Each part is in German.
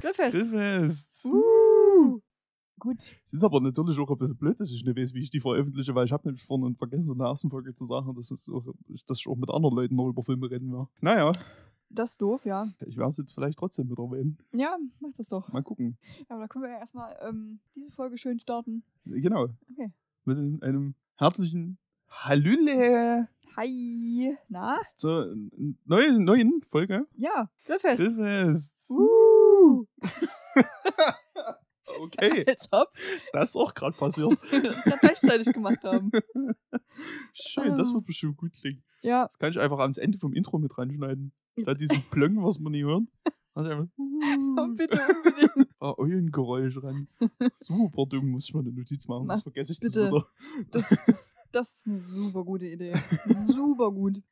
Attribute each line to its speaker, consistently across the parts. Speaker 1: Grillfest.
Speaker 2: Grillfest.
Speaker 1: Uh.
Speaker 3: Gut.
Speaker 2: Es ist aber natürlich auch ein bisschen blöd, dass ich nicht weiß, wie ich die veröffentliche, weil ich habe nämlich vorhin vergessen, in der ersten Folge zu sagen, dass, es auch, dass ich auch mit anderen Leuten noch über Filme reden werde. Naja,
Speaker 1: Das ist doof, ja.
Speaker 2: ich werde es jetzt vielleicht trotzdem mit erwähnen.
Speaker 1: Ja, mach das doch.
Speaker 2: Mal gucken.
Speaker 1: Aber da können wir ja erstmal ähm, diese Folge schön starten.
Speaker 2: Genau.
Speaker 1: Okay.
Speaker 2: Mit einem herzlichen Hallöle
Speaker 1: Hi. Na?
Speaker 2: zur neuen, neuen Folge.
Speaker 1: Ja, Grillfest.
Speaker 2: Grillfest.
Speaker 1: Uh.
Speaker 2: Okay,
Speaker 1: Als ob
Speaker 2: das ist auch gerade passiert.
Speaker 1: wir das gerade gleichzeitig gemacht haben.
Speaker 2: Schön, das wird bestimmt gut klingen.
Speaker 1: Ja,
Speaker 2: Das kann ich einfach ans Ende vom Intro mit reinschneiden. Statt diesem Plöng, was man nie hört. Also einfach
Speaker 1: komm bitte unbedingt.
Speaker 2: ein paar Eulengeräusch ran. Super dumm, muss ich mal eine Notiz machen,
Speaker 1: Mach
Speaker 2: sonst vergesse ich das
Speaker 1: bitte.
Speaker 2: wieder.
Speaker 1: Das, das, das ist eine super gute Idee. Super gut.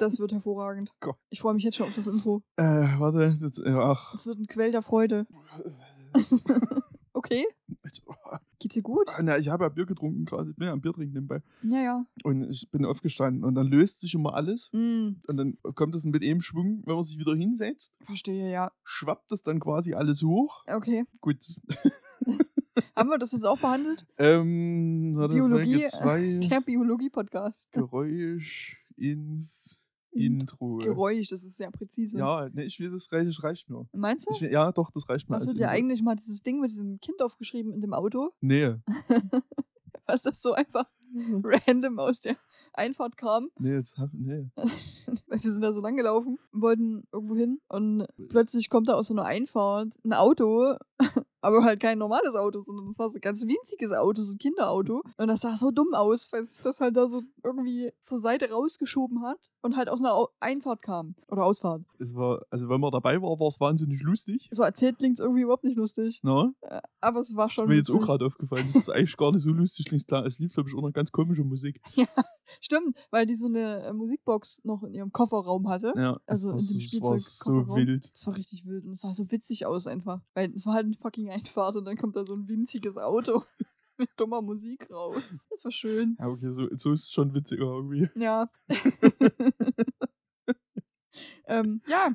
Speaker 1: Das wird hervorragend.
Speaker 2: Gott.
Speaker 1: Ich freue mich jetzt schon auf das Intro.
Speaker 2: Äh, warte, das, äh, ach.
Speaker 1: Das wird ein Quell der Freude. Okay,
Speaker 2: Ich, oh,
Speaker 1: geht's dir gut?
Speaker 2: na, ich habe ja Bier getrunken gerade, ich bin ja am Bier trinken nebenbei.
Speaker 1: Ja, ja.
Speaker 2: Und ich bin aufgestanden und dann löst sich immer alles.
Speaker 1: Mm,
Speaker 2: Und dann kommt es mit eben Schwung, wenn man sich wieder hinsetzt,
Speaker 1: verstehe, ja.
Speaker 2: schwappt das dann quasi alles hoch.
Speaker 1: Okay.
Speaker 2: Gut.
Speaker 1: Haben wir das jetzt auch behandelt?
Speaker 2: Ähm, warte, Folge
Speaker 1: Biologie, äh,
Speaker 2: zwei.
Speaker 1: Der Biologie-Podcast.
Speaker 2: Geräusch ins
Speaker 1: Int-
Speaker 2: Intro.
Speaker 1: Geräusch, das ist sehr präzise.
Speaker 2: Ja, ne, ich will, das reicht, das reicht mir.
Speaker 1: Meinst du?
Speaker 2: Ich will, ja, doch, das reicht mir.
Speaker 1: Hast
Speaker 2: als
Speaker 1: du dir
Speaker 2: Intro.
Speaker 1: eigentlich mal dieses Ding mit diesem Kind aufgeschrieben in dem Auto?
Speaker 2: Nee,
Speaker 1: Was das so einfach random aus der Einfahrt kam?
Speaker 2: nee, jetzt hab, nee.
Speaker 1: Weil wir sind da so lang gelaufen, wollten irgendwo hin und plötzlich kommt da aus so einer Einfahrt ein Auto, aber halt kein normales Auto, sondern das war so ein ganz winziges Auto, so ein Kinderauto. Und das sah so dumm aus, weil sich das halt da so irgendwie zur Seite rausgeschoben hat und halt aus einer Au Einfahrt kam. Oder Ausfahrt.
Speaker 2: Es war, also wenn man dabei war, war es wahnsinnig lustig.
Speaker 1: So erzählt klingt es irgendwie überhaupt nicht lustig,
Speaker 2: Na,
Speaker 1: aber es war
Speaker 2: ist
Speaker 1: schon.
Speaker 2: mir jetzt auch
Speaker 1: witzig.
Speaker 2: gerade aufgefallen. Das ist eigentlich gar nicht so lustig. klingt Klar, es lief, glaube ich, auch noch ganz komische Musik.
Speaker 1: Stimmt, weil die so eine äh, Musikbox noch in ihrem Kofferraum hatte.
Speaker 2: Ja,
Speaker 1: Also in
Speaker 2: es
Speaker 1: dem
Speaker 2: war, so- es war
Speaker 1: Spielzeug-
Speaker 2: so
Speaker 1: Kofferraum.
Speaker 2: wild.
Speaker 1: Das war richtig wild und es sah so witzig aus einfach. Weil es war halt eine fucking Einfahrt und dann kommt da so ein winziges Auto mit dummer Musik raus. Das war schön.
Speaker 2: Ja, okay, so, so ist es schon witziger irgendwie.
Speaker 1: Ja. ähm, ja,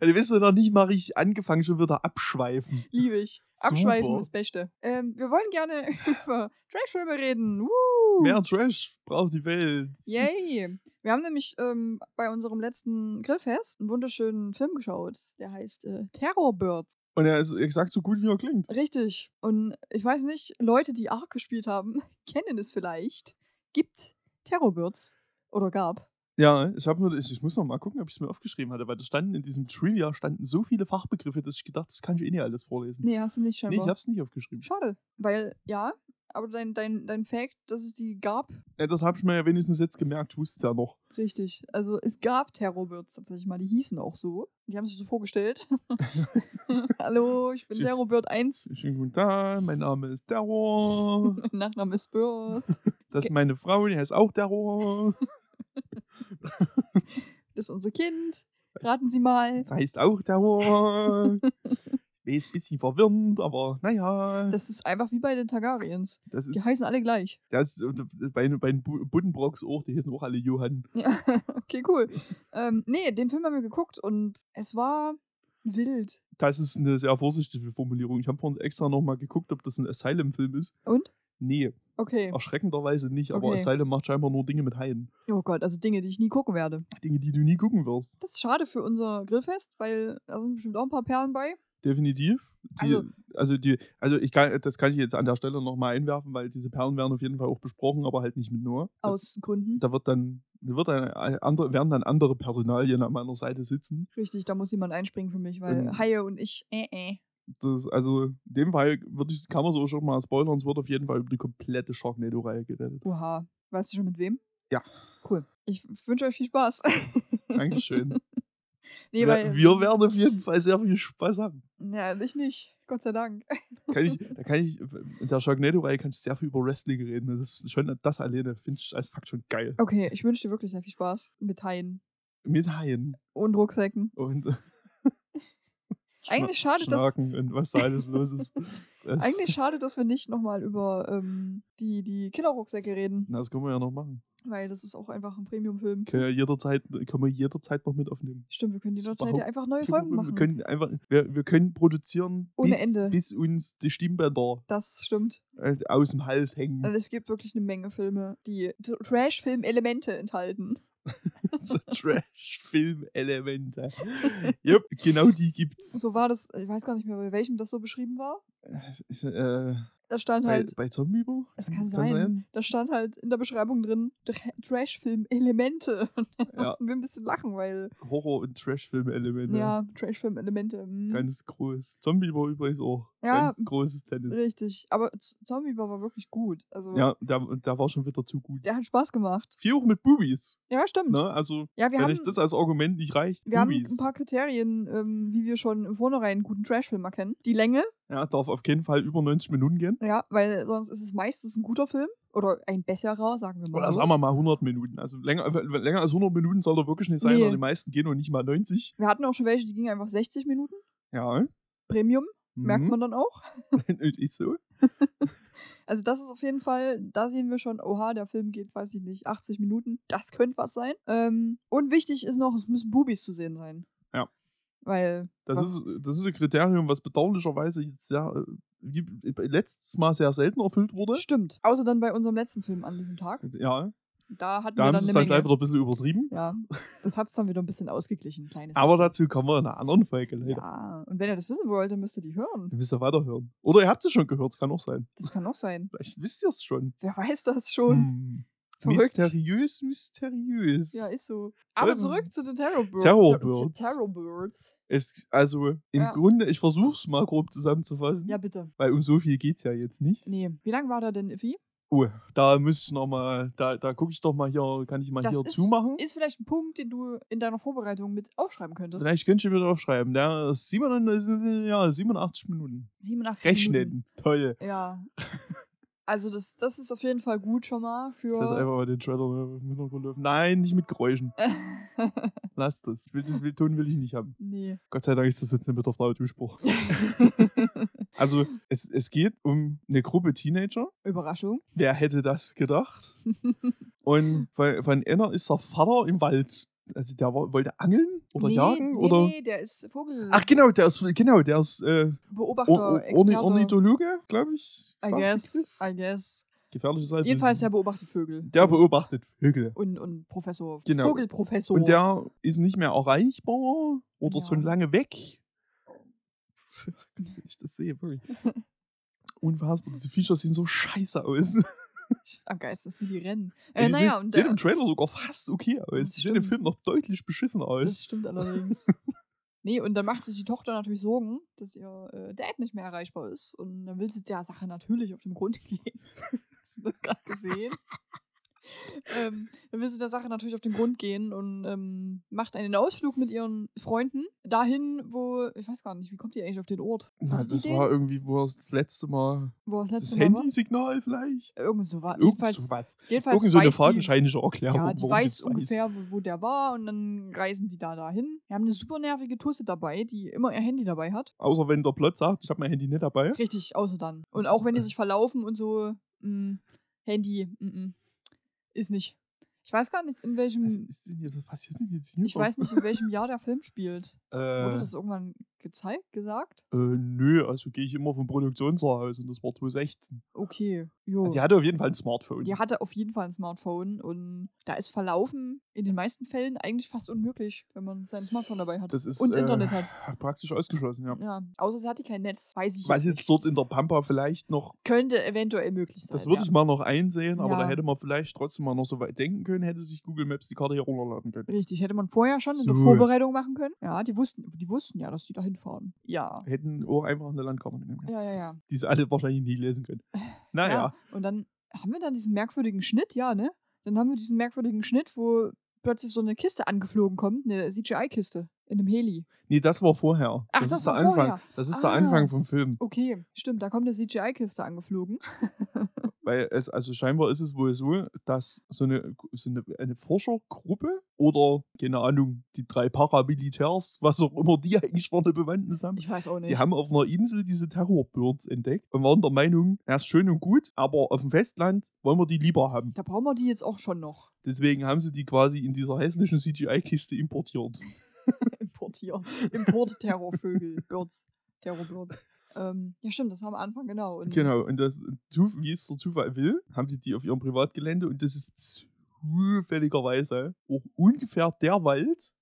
Speaker 2: Also, weißt du, noch nicht mal richtig angefangen, schon wieder abschweifen.
Speaker 1: liebe ich. Abschweifen
Speaker 2: Super.
Speaker 1: ist Beste. Ähm, wir wollen gerne über Trashfilme reden. Woo!
Speaker 2: Mehr Trash braucht die Welt.
Speaker 1: Yay! Wir haben nämlich ähm, bei unserem letzten Grillfest einen wunderschönen Film geschaut. Der heißt äh, Terrorbirds.
Speaker 2: Und er ist exakt so gut, wie er klingt.
Speaker 1: Richtig. Und ich weiß nicht, Leute, die Ark gespielt haben, kennen es vielleicht. Gibt Terrorbirds. Oder gab.
Speaker 2: Ja, ich, hab nur, ich, ich muss noch mal gucken, ob ich es mir aufgeschrieben hatte, weil da standen in diesem Trivia standen so viele Fachbegriffe, dass ich gedacht das kann ich eh nicht alles vorlesen.
Speaker 1: Nee, hast du nicht
Speaker 2: Nee,
Speaker 1: scheinbar.
Speaker 2: ich hab's nicht aufgeschrieben.
Speaker 1: Schade. Weil, ja, aber dein, dein, dein Fact, dass es die gab,
Speaker 2: Ja, das hab ich mir ja wenigstens jetzt gemerkt, wusste ja noch.
Speaker 1: richtig. Also es gab Terrorbirds tatsächlich mal. Die hießen auch so. Die haben sich so vorgestellt. Hallo, ich bin
Speaker 2: Schön.
Speaker 1: Terrorbird 1.
Speaker 2: Schönen guten Tag, mein Name ist Terror.
Speaker 1: Mein Nachname ist Bird.
Speaker 2: Das ist meine Frau, die heißt auch Terror.
Speaker 1: Das ist unser Kind. Raten Sie mal.
Speaker 2: Das heißt auch Terror. Ist ein bisschen verwirrend, aber naja.
Speaker 1: Das ist einfach wie bei den Targaryens.
Speaker 2: Das
Speaker 1: Die
Speaker 2: ist,
Speaker 1: heißen alle gleich.
Speaker 2: das ist bei, bei den Bu- Buddenbrocks auch, die heißen auch alle Johann.
Speaker 1: Ja, okay, cool. ähm, nee, den Film haben wir geguckt und es war wild.
Speaker 2: Das ist eine sehr vorsichtige Formulierung. Ich habe vorhin extra nochmal geguckt, ob das ein Asylum-Film ist.
Speaker 1: Und?
Speaker 2: Nee.
Speaker 1: Okay.
Speaker 2: Oh. Erschreckenderweise nicht, aber
Speaker 1: Okay.
Speaker 2: Asylum macht scheinbar nur Dinge mit Haien.
Speaker 1: Oh Gott, also Dinge, die ich nie gucken werde.
Speaker 2: Dinge, die du nie gucken wirst.
Speaker 1: Das ist schade für unser Grillfest, weil da sind bestimmt auch ein paar Perlen bei.
Speaker 2: Definitiv. Die, also,
Speaker 1: Also-
Speaker 2: die, also ich kann, das kann ich jetzt an der Stelle nochmal einwerfen, weil diese Perlen werden auf jeden Fall auch besprochen, aber halt nicht mit Noah. Da-
Speaker 1: Aus Gründen.
Speaker 2: Da wird dann, da wird dann andere, werden dann andere Personalien an meiner Seite sitzen.
Speaker 1: Richtig, da muss jemand einspringen für mich, weil
Speaker 2: Ähm.
Speaker 1: Haie und ich, äh, äh.
Speaker 2: Das, also in dem Fall würde ich, kann man so schon mal spoilern, es wird auf jeden Fall über die komplette Sharknado-Reihe geredet.
Speaker 1: Oha. Weißt du schon mit wem?
Speaker 2: Ja.
Speaker 1: Cool. Ich wünsche euch viel Spaß.
Speaker 2: Dankeschön.
Speaker 1: nee,
Speaker 2: wir,
Speaker 1: weil.
Speaker 2: wir werden auf jeden Fall sehr viel Spaß haben.
Speaker 1: Ja, ich nicht. Gott sei Dank.
Speaker 2: kann ich, da kann ich, in der Sharknado-Reihe kann ich sehr viel über Wrestling reden. Das ist schon das alleine, finde ich als Fakt schon geil.
Speaker 1: Okay, ich wünsche dir wirklich sehr viel Spaß mit Haien
Speaker 2: Mit Haien
Speaker 1: und Rucksäcken.
Speaker 2: und
Speaker 1: Eigentlich schade, dass-
Speaker 2: Schnaken und was da alles los ist. Das,
Speaker 1: Eigentlich schade, dass wir nicht nochmal über ähm, die, die Kinderrucksäcke reden,
Speaker 2: Na, das können wir ja noch machen.
Speaker 1: weil das ist auch einfach ein Premium-Film.
Speaker 2: Können wir jederzeit, können wir jederzeit noch mit aufnehmen.
Speaker 1: Stimmt, wir können
Speaker 2: Das
Speaker 1: jederzeit
Speaker 2: überhaupt-
Speaker 1: ja einfach neue Folgen
Speaker 2: Wir
Speaker 1: machen.
Speaker 2: können einfach, wir, wir können produzieren
Speaker 1: Ohne
Speaker 2: bis,
Speaker 1: Ende.
Speaker 2: bis uns die Stimmbänder
Speaker 1: Das stimmt.
Speaker 2: äh, aus dem Hals hängen.
Speaker 1: Also es gibt wirklich eine Menge Filme, die Tr- Trash-Film-Elemente enthalten.
Speaker 2: so Trash-Film-Elemente. Jupp, genau die gibt's.
Speaker 1: So war das, ich weiß gar nicht mehr, bei welchem das so beschrieben war.
Speaker 2: Äh,
Speaker 1: Da stand
Speaker 2: bei,
Speaker 1: halt,
Speaker 2: bei Zombie war?
Speaker 1: es kann, sein, da stand halt in der Beschreibung drin Tr- Trash-Film-Elemente. Und da
Speaker 2: Ja.
Speaker 1: mussten wir ein bisschen lachen, weil,
Speaker 2: Horror- und Trash-Film-Elemente.
Speaker 1: ja, Trash-Film-Elemente. hm.
Speaker 2: Ganz groß. Zombie war übrigens auch.
Speaker 1: Ja.
Speaker 2: Ganz großes Tennis.
Speaker 1: Richtig. Aber Z- Zombie war, war wirklich gut. Also,
Speaker 2: Ja, da, da war schon wieder zu gut.
Speaker 1: der hat Spaß gemacht.
Speaker 2: Viel auch mit Boobies.
Speaker 1: Ja, stimmt.
Speaker 2: Ne? Also,
Speaker 1: Ja, wir
Speaker 2: wenn
Speaker 1: haben,
Speaker 2: euch das als Argument nicht reicht,
Speaker 1: wir haben
Speaker 2: Boobies.
Speaker 1: ein paar Kriterien, ähm, wie wir schon im Vornherein einen guten Trash-Film erkennen. Die Länge,
Speaker 2: Ja, darf auf keinen Fall über 90 Minuten gehen.
Speaker 1: Ja, weil sonst ist es meistens ein guter Film oder ein besserer, sagen wir mal.
Speaker 2: Oder
Speaker 1: so.
Speaker 2: sagen wir mal 100 Minuten. Also länger, länger als 100 Minuten soll er wirklich nicht sein,
Speaker 1: Nee.
Speaker 2: weil die meisten gehen und nicht mal 90.
Speaker 1: Wir hatten auch schon welche, die gingen einfach 60 Minuten.
Speaker 2: Ja.
Speaker 1: Premium, merkt
Speaker 2: Mhm.
Speaker 1: man dann auch.
Speaker 2: Und ich so.
Speaker 1: Also das ist auf jeden Fall, da sehen wir schon, oha, der Film geht, weiß ich nicht, 80 Minuten. Das könnte was sein. Ähm, und wichtig ist noch, es müssen Bubis zu sehen sein.
Speaker 2: Ja.
Speaker 1: Weil,
Speaker 2: Das
Speaker 1: Was?
Speaker 2: ist, das ist ein Kriterium, was bedauerlicherweise jetzt sehr, äh, wie- letztes Mal sehr selten erfüllt wurde.
Speaker 1: stimmt. Außer dann bei unserem letzten Film an diesem Tag.
Speaker 2: Ja,
Speaker 1: Da hatten
Speaker 2: da
Speaker 1: wir
Speaker 2: haben
Speaker 1: dann eine
Speaker 2: sie es halt dann
Speaker 1: Menge.
Speaker 2: gleich wieder ein bisschen übertrieben.
Speaker 1: ja, das hat es dann wieder ein bisschen ausgeglichen. ein Kleines
Speaker 2: Aber
Speaker 1: bisschen.
Speaker 2: dazu kommen wir in einer anderen Folge leider.
Speaker 1: Ja, und wenn ihr das wissen wollt, dann müsst ihr die hören.
Speaker 2: Ihr müsst ja weiterhören. Oder ihr habt es schon gehört, es kann auch sein.
Speaker 1: Das kann auch sein.
Speaker 2: Vielleicht wisst ihr es schon.
Speaker 1: Wer weiß das schon?
Speaker 2: Hm.
Speaker 1: Verrückt.
Speaker 2: Mysteriös, mysteriös.
Speaker 1: Ja, ist so. Aber
Speaker 2: Ähm,
Speaker 1: zurück zu den Tarot Birds.
Speaker 2: Tarot
Speaker 1: Tar- zu
Speaker 2: Birds.
Speaker 1: Tarot Birds.
Speaker 2: es, also im
Speaker 1: Ja.
Speaker 2: Grunde, ich versuche es mal grob zusammenzufassen,
Speaker 1: Ja, bitte.
Speaker 2: weil um so viel geht es ja jetzt nicht.
Speaker 1: Nee, wie lang war da denn Iffy?
Speaker 2: Oh, da müsste ich nochmal, da, da gucke ich doch mal hier, kann ich mal
Speaker 1: Das
Speaker 2: hier
Speaker 1: ist-
Speaker 2: zumachen?
Speaker 1: Ist vielleicht ein Punkt, den du in deiner Vorbereitung mit aufschreiben könntest.
Speaker 2: Vielleicht könnte ich mir draufschreiben. Der ist 87, ja, 87 Minuten.
Speaker 1: 87 Minuten.
Speaker 2: Rechnen. Toll.
Speaker 1: Ja. Also das, das ist auf jeden Fall gut schon mal
Speaker 2: Ich lass
Speaker 1: für...
Speaker 2: einfach mal den Trailer im Hintergrund laufen. Nein, nicht mit Geräuschen. Lass das. Ich will, das will, Ton will ich nicht haben.
Speaker 1: nee.
Speaker 2: Gott sei Dank ist das jetzt nicht mit auf Audiospruch. Also, es, es geht um eine Gruppe Teenager.
Speaker 1: Überraschung.
Speaker 2: Wer hätte das gedacht? Und von, von einer ist der Vater im Wald. Also, der war, wollte angeln oder
Speaker 1: nee,
Speaker 2: jagen
Speaker 1: nee,
Speaker 2: oder.
Speaker 1: Nee, der ist Vogel.
Speaker 2: Ach, genau, der ist, genau, der ist äh,
Speaker 1: Beobachter,
Speaker 2: Or- Or- Orni-
Speaker 1: Experte.
Speaker 2: Ornithologe, glaube ich.
Speaker 1: I
Speaker 2: war Also der
Speaker 1: guess,
Speaker 2: Begriff.
Speaker 1: I guess.
Speaker 2: Gefährliches Halbwissen.
Speaker 1: Jedenfalls, der beobachtet Vögel.
Speaker 2: Der beobachtet Vögel.
Speaker 1: und, und Professor.
Speaker 2: Genau.
Speaker 1: Vogelprofessor.
Speaker 2: Und der ist nicht mehr erreichbar oder
Speaker 1: Ja.
Speaker 2: schon lange weg. Wenn ich das sehe, wirklich. Unfassbar, diese Viecher sehen so scheiße aus.
Speaker 1: Am Geist ist wie die rennen.
Speaker 2: Ja,
Speaker 1: Äh,
Speaker 2: die
Speaker 1: naja,
Speaker 2: sehen,
Speaker 1: und
Speaker 2: sehen
Speaker 1: der,
Speaker 2: im Trailer sogar fast okay aus.
Speaker 1: Das
Speaker 2: Die sehen im
Speaker 1: stimmt.
Speaker 2: Film noch deutlich beschissen
Speaker 1: das
Speaker 2: aus.
Speaker 1: stimmt allerdings. nee, und dann macht sich die Tochter natürlich Sorgen, dass ihr äh, Dad nicht mehr erreichbar ist. Und dann will sie der Sache natürlich auf den Grund gehen. Hast du das gerade gesehen? ähm, dann will sie der Sache natürlich auf den Grund gehen und ähm, macht einen Ausflug mit ihren Freunden dahin, wo, ich weiß gar nicht, wie kommt ihr eigentlich auf den Ort?
Speaker 2: Na,
Speaker 1: Hast du die
Speaker 2: das
Speaker 1: Idee?
Speaker 2: war irgendwie, wo das letzte Mal.
Speaker 1: Wo das
Speaker 2: Das
Speaker 1: letzte Mal war?
Speaker 2: Handysignal vielleicht?
Speaker 1: Irgend so war.
Speaker 2: Irgend
Speaker 1: Jedenfalls,
Speaker 2: sowas.
Speaker 1: jedenfalls
Speaker 2: Irgend so eine
Speaker 1: weiß die-
Speaker 2: fadenscheinige Erklärung.
Speaker 1: Ja, die
Speaker 2: warum
Speaker 1: weiß
Speaker 2: das
Speaker 1: ungefähr, wo, wo der war und dann reisen die da dahin. Wir haben eine super nervige Tusse dabei, die immer ihr Handy dabei hat.
Speaker 2: Außer wenn der Plot sagt, ich habe mein Handy nicht dabei.
Speaker 1: Richtig, außer dann. Und auch wenn die sich verlaufen und so, mh, Handy, mm, mm, ist nicht. Ich weiß gar nicht, in
Speaker 2: Was
Speaker 1: welchem,
Speaker 2: ist denn hier, was passiert denn jetzt hier?
Speaker 1: Hm. ich weiß nicht, in welchem Jahr der Film spielt. Wurde
Speaker 2: Äh,
Speaker 1: das irgendwann gezeigt, gesagt?
Speaker 2: äh, nö, also gehe ich immer vom Produktionsjahr aus und das war 2016.
Speaker 1: Okay, jo.
Speaker 2: Also sie hatte auf jeden Fall ein Smartphone.
Speaker 1: die hatte auf jeden Fall ein Smartphone und da ist Verlaufen in den meisten Fällen eigentlich fast unmöglich, wenn man sein Smartphone dabei hat.
Speaker 2: das ist,
Speaker 1: und
Speaker 2: äh,
Speaker 1: Internet hat.
Speaker 2: Praktisch ausgeschlossen, ja.
Speaker 1: Ja, außer sie hatte kein Netz, weiß ich
Speaker 2: Was
Speaker 1: jetzt
Speaker 2: jetzt dort in der Pampa vielleicht noch,
Speaker 1: könnte eventuell möglich sein.
Speaker 2: das würde ich
Speaker 1: ja.
Speaker 2: mal noch einsehen, aber da
Speaker 1: Ja.
Speaker 2: hätte man vielleicht trotzdem mal noch so weit denken können, hätte sich Google Maps die Karte hier runterladen können.
Speaker 1: Richtig, hätte man vorher schon in der
Speaker 2: So.
Speaker 1: Vorbereitung machen können. Ja, die wussten, die wussten ja, dass die da hinfahren. Ja.
Speaker 2: Hätten auch einfach eine Landkarte mitnehmen können,
Speaker 1: Ja, ja, ja.
Speaker 2: die sie alle wahrscheinlich nie lesen können. Naja,
Speaker 1: Und dann haben wir dann diesen merkwürdigen Schnitt, ja, ne? Dann haben wir diesen merkwürdigen Schnitt, wo plötzlich so eine Kiste angeflogen kommt, eine CGI-Kiste in einem Heli.
Speaker 2: nee, das war vorher.
Speaker 1: Ach, das
Speaker 2: ist
Speaker 1: war
Speaker 2: der Anfang.
Speaker 1: vorher.
Speaker 2: Das ist der
Speaker 1: Ah.
Speaker 2: Anfang vom Film.
Speaker 1: Okay, stimmt, da kommt eine CGI-Kiste angeflogen.
Speaker 2: Weil es, also scheinbar ist es wohl so, dass so eine, so eine, eine Forschergruppe oder, keine Ahnung, die drei Paramilitärs, was auch immer die eigentlich für eine Bewandtnis haben,
Speaker 1: Ich weiß auch nicht.
Speaker 2: die haben auf einer Insel diese Terrorbirds entdeckt und waren der Meinung, das ist schön und gut, aber auf dem Festland wollen wir die lieber haben.
Speaker 1: Da brauchen wir die jetzt auch schon noch
Speaker 2: Deswegen haben sie die quasi in dieser hässlichen CGI-Kiste importiert.
Speaker 1: Mhm. importieren. Import-Terrorvögel. Birds. Terrorbirds. Ähm, ja, stimmt, das war am Anfang, genau. Und
Speaker 2: Genau, und das, zu- wie es der Zufall will, haben die die auf ihrem Privatgelände und das ist zufälligerweise auch ungefähr der Wald,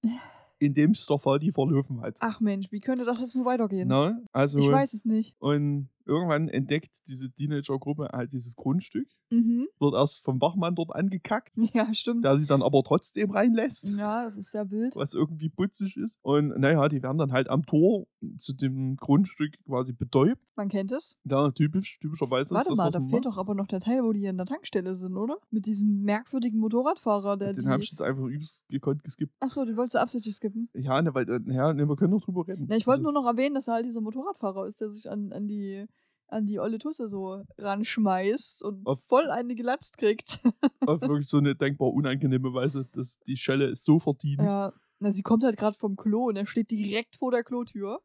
Speaker 2: in dem Stoffer die verlaufen hat.
Speaker 1: Ach Mensch, wie könnte das jetzt nur weitergehen?
Speaker 2: Na, also,
Speaker 1: ich weiß es nicht.
Speaker 2: und irgendwann entdeckt diese Teenagergruppe halt dieses Grundstück,
Speaker 1: Mhm.
Speaker 2: wird erst vom Wachmann dort angekackt,
Speaker 1: Ja, stimmt.
Speaker 2: der sie dann aber trotzdem reinlässt.
Speaker 1: Ja, das ist sehr wild.
Speaker 2: was irgendwie putzig ist. Und naja, die werden dann halt am Tor zu dem Grundstück quasi betäubt.
Speaker 1: Man kennt es.
Speaker 2: Ja, typisch, typischerweise
Speaker 1: Warte
Speaker 2: ist das,
Speaker 1: mal,
Speaker 2: was
Speaker 1: da
Speaker 2: man
Speaker 1: fehlt
Speaker 2: macht.
Speaker 1: doch aber noch der Teil, wo die in der Tankstelle sind, oder? Mit diesem merkwürdigen Motorradfahrer, der
Speaker 2: Den
Speaker 1: die...
Speaker 2: habe ich jetzt einfach übelst gekonnt geskippt.
Speaker 1: Achso, du wolltest du absichtlich skippen.
Speaker 2: Ja, ne, weil, äh, ja, ne, wir können noch drüber reden.
Speaker 1: Na, ich wollte
Speaker 2: Also,
Speaker 1: nur noch erwähnen, dass er halt dieser Motorradfahrer ist, der sich an, an die an die olle Tusse so ranschmeißt und
Speaker 2: Auf-
Speaker 1: voll eine gelatzt kriegt.
Speaker 2: auf wirklich so eine denkbar unangenehme Weise, dass die Schelle ist so verdient.
Speaker 1: ja, na, sie kommt halt gerade vom Klo und er steht direkt vor der Klotür.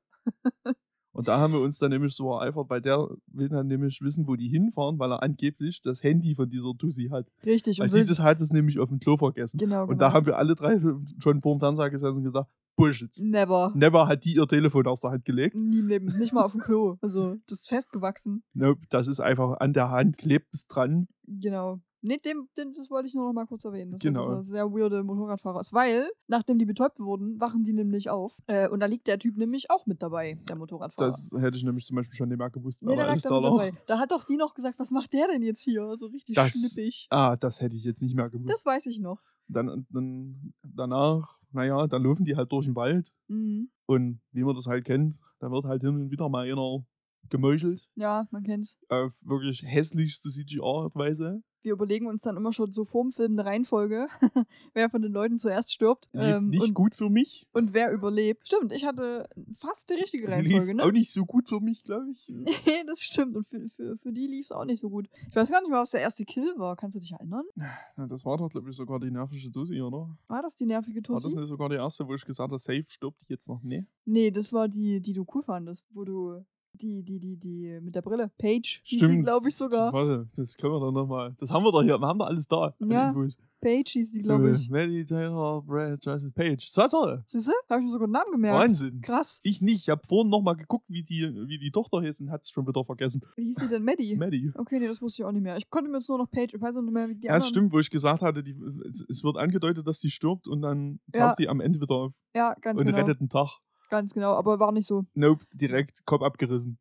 Speaker 2: Und da haben wir uns dann nämlich so ereifert, weil der will dann nämlich wissen, wo die hinfahren, weil er angeblich das Handy von dieser Tussi hat.
Speaker 1: Richtig,
Speaker 2: Weil
Speaker 1: und
Speaker 2: die
Speaker 1: will...
Speaker 2: das hat es nämlich auf dem Klo vergessen.
Speaker 1: genau, genau.
Speaker 2: Und da haben wir alle drei schon vor dem Fernseher gesessen und gesagt, Bullshit.
Speaker 1: Never.
Speaker 2: Never hat die ihr Telefon aus der Hand gelegt.
Speaker 1: Nie im Leben. Nicht mal auf dem Klo. Also, das ist festgewachsen.
Speaker 2: Nope, das ist einfach an der Hand, klebt es dran.
Speaker 1: Genau. Nee, dem, dem, das wollte ich nur noch mal kurz erwähnen. Das
Speaker 2: Genau.
Speaker 1: genau. dieser sehr weirde Motorradfahrer ist. Weil, nachdem die betäubt wurden, wachen die nämlich auf. Äh, und da liegt der Typ nämlich auch mit dabei, der Motorradfahrer.
Speaker 2: Das hätte ich nämlich zum Beispiel schon nicht mehr gewusst.
Speaker 1: nee,
Speaker 2: aber
Speaker 1: der lag
Speaker 2: ist
Speaker 1: da mit
Speaker 2: da noch-
Speaker 1: dabei. Da hat doch die noch gesagt, was macht der denn jetzt hier? So richtig
Speaker 2: Das-
Speaker 1: schnippig.
Speaker 2: Ah, das hätte ich jetzt nicht mehr gewusst.
Speaker 1: Das weiß ich noch.
Speaker 2: Dann, dann danach, naja, dann laufen die halt durch den Wald.
Speaker 1: Mhm.
Speaker 2: Und wie man das halt kennt, da wird halt hin und wieder mal einer gemeuchelt.
Speaker 1: Ja, man kennt's.
Speaker 2: Auf wirklich hässlichste CGR-Weise.
Speaker 1: Wir überlegen uns dann immer schon so vorm Film eine Reihenfolge, wer von den Leuten zuerst stirbt
Speaker 2: Lief
Speaker 1: ähm,
Speaker 2: nicht
Speaker 1: und,
Speaker 2: gut für mich.
Speaker 1: und wer überlebt. Stimmt, ich hatte fast die richtige
Speaker 2: Lief
Speaker 1: Reihenfolge, ne?
Speaker 2: auch nicht so gut für mich, glaube ich.
Speaker 1: Nee, das stimmt. Und für, für, für die lief es auch nicht so gut. Ich weiß gar nicht mal, was der erste Kill war. Kannst du dich erinnern?
Speaker 2: Ja, das war doch, glaube ich, sogar die nervische Dussi, oder?
Speaker 1: War das die nervige
Speaker 2: War das
Speaker 1: Tussi?
Speaker 2: nicht sogar die erste, wo ich gesagt habe, safe stirbt die jetzt noch? Nee.
Speaker 1: nee, das war die, die du cool fandest, wo du die, die, die, die mit der Brille. Paige. hieß sie,
Speaker 2: Stimmt.
Speaker 1: glaube ich sogar.
Speaker 2: Warte, das können wir doch nochmal. Das haben wir doch hier, wir haben da alles da. an
Speaker 1: Ja,
Speaker 2: Infos.
Speaker 1: Paige hieß die,
Speaker 2: So,
Speaker 1: glaube ich.
Speaker 2: Maddie Taylor, Brad, Jason Page. Sache!
Speaker 1: Siehste? Habe ich mir sogar einen Namen gemerkt.
Speaker 2: Wahnsinn!
Speaker 1: Krass.
Speaker 2: Ich nicht, ich habe vorhin nochmal geguckt, wie die, wie die Tochter hieß und hat's schon wieder vergessen.
Speaker 1: Wie hieß sie denn? Maddie?
Speaker 2: Maddie.
Speaker 1: Okay, nee, das wusste ich auch nicht mehr. Ich konnte mir jetzt nur noch Paige, ich weiß auch nicht mehr, wie die
Speaker 2: Ja,
Speaker 1: anderen...
Speaker 2: stimmt, wo ich gesagt hatte, die, es, es wird angedeutet, dass sie stirbt und dann
Speaker 1: Ja.
Speaker 2: taucht die am Ende wieder auf
Speaker 1: Ja, ganz
Speaker 2: und
Speaker 1: genau.
Speaker 2: rettet einen Tag.
Speaker 1: Ganz genau, aber war nicht so.
Speaker 2: Nope, direkt Kopf abgerissen.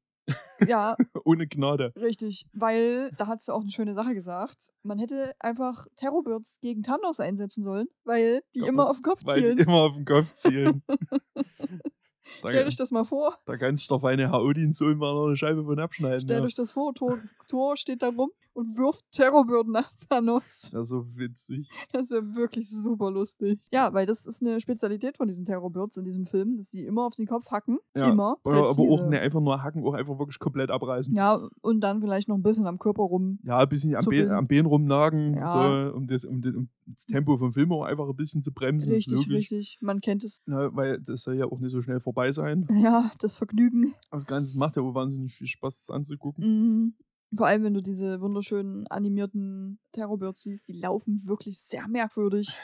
Speaker 1: Ja,
Speaker 2: Ohne Gnade.
Speaker 1: Richtig, weil da hat sie auch eine schöne Sache gesagt. Man hätte einfach Terrorbirds gegen Thanos einsetzen sollen, weil die
Speaker 2: Ja,
Speaker 1: immer auf den Kopf
Speaker 2: Weil
Speaker 1: zielen.
Speaker 2: die immer auf den Kopf zielen. da,
Speaker 1: Stellt euch das mal vor,
Speaker 2: da kannst du doch eine Odin-Sohn mal noch eine Scheibe von abschneiden.
Speaker 1: stellt
Speaker 2: ja.
Speaker 1: euch das vor, Thor, Thor steht da rum und wirft Terrorbirden nach Thanos.
Speaker 2: Das wäre so witzig.
Speaker 1: Das wäre wirklich super lustig. Ja, weil das ist eine Spezialität von diesen Terrorbirds in diesem Film, dass sie immer auf den Kopf hacken.
Speaker 2: Ja,
Speaker 1: Immer.
Speaker 2: Oder aber
Speaker 1: präzise.
Speaker 2: auch ne, einfach nur hacken, auch einfach wirklich komplett abreißen.
Speaker 1: Ja, und dann vielleicht noch ein bisschen am Körper rum.
Speaker 2: Ja, ein bisschen am,
Speaker 1: Zuppeln.
Speaker 2: Bein, am Bein rumnagen,
Speaker 1: Ja.
Speaker 2: so, um, das, um, den, um das Tempo vom Film auch einfach ein bisschen zu bremsen. ist
Speaker 1: Richtig,
Speaker 2: logisch.
Speaker 1: richtig. Man kennt es.
Speaker 2: Ne, weil das soll ja auch nicht so schnell vorbei sein.
Speaker 1: Ja, das Vergnügen.
Speaker 2: Das Ganze macht ja auch wahnsinnig viel Spaß, das anzugucken.
Speaker 1: Mhm. Vor allem, wenn du diese wunderschönen animierten Terrorbirds siehst, die laufen wirklich sehr merkwürdig.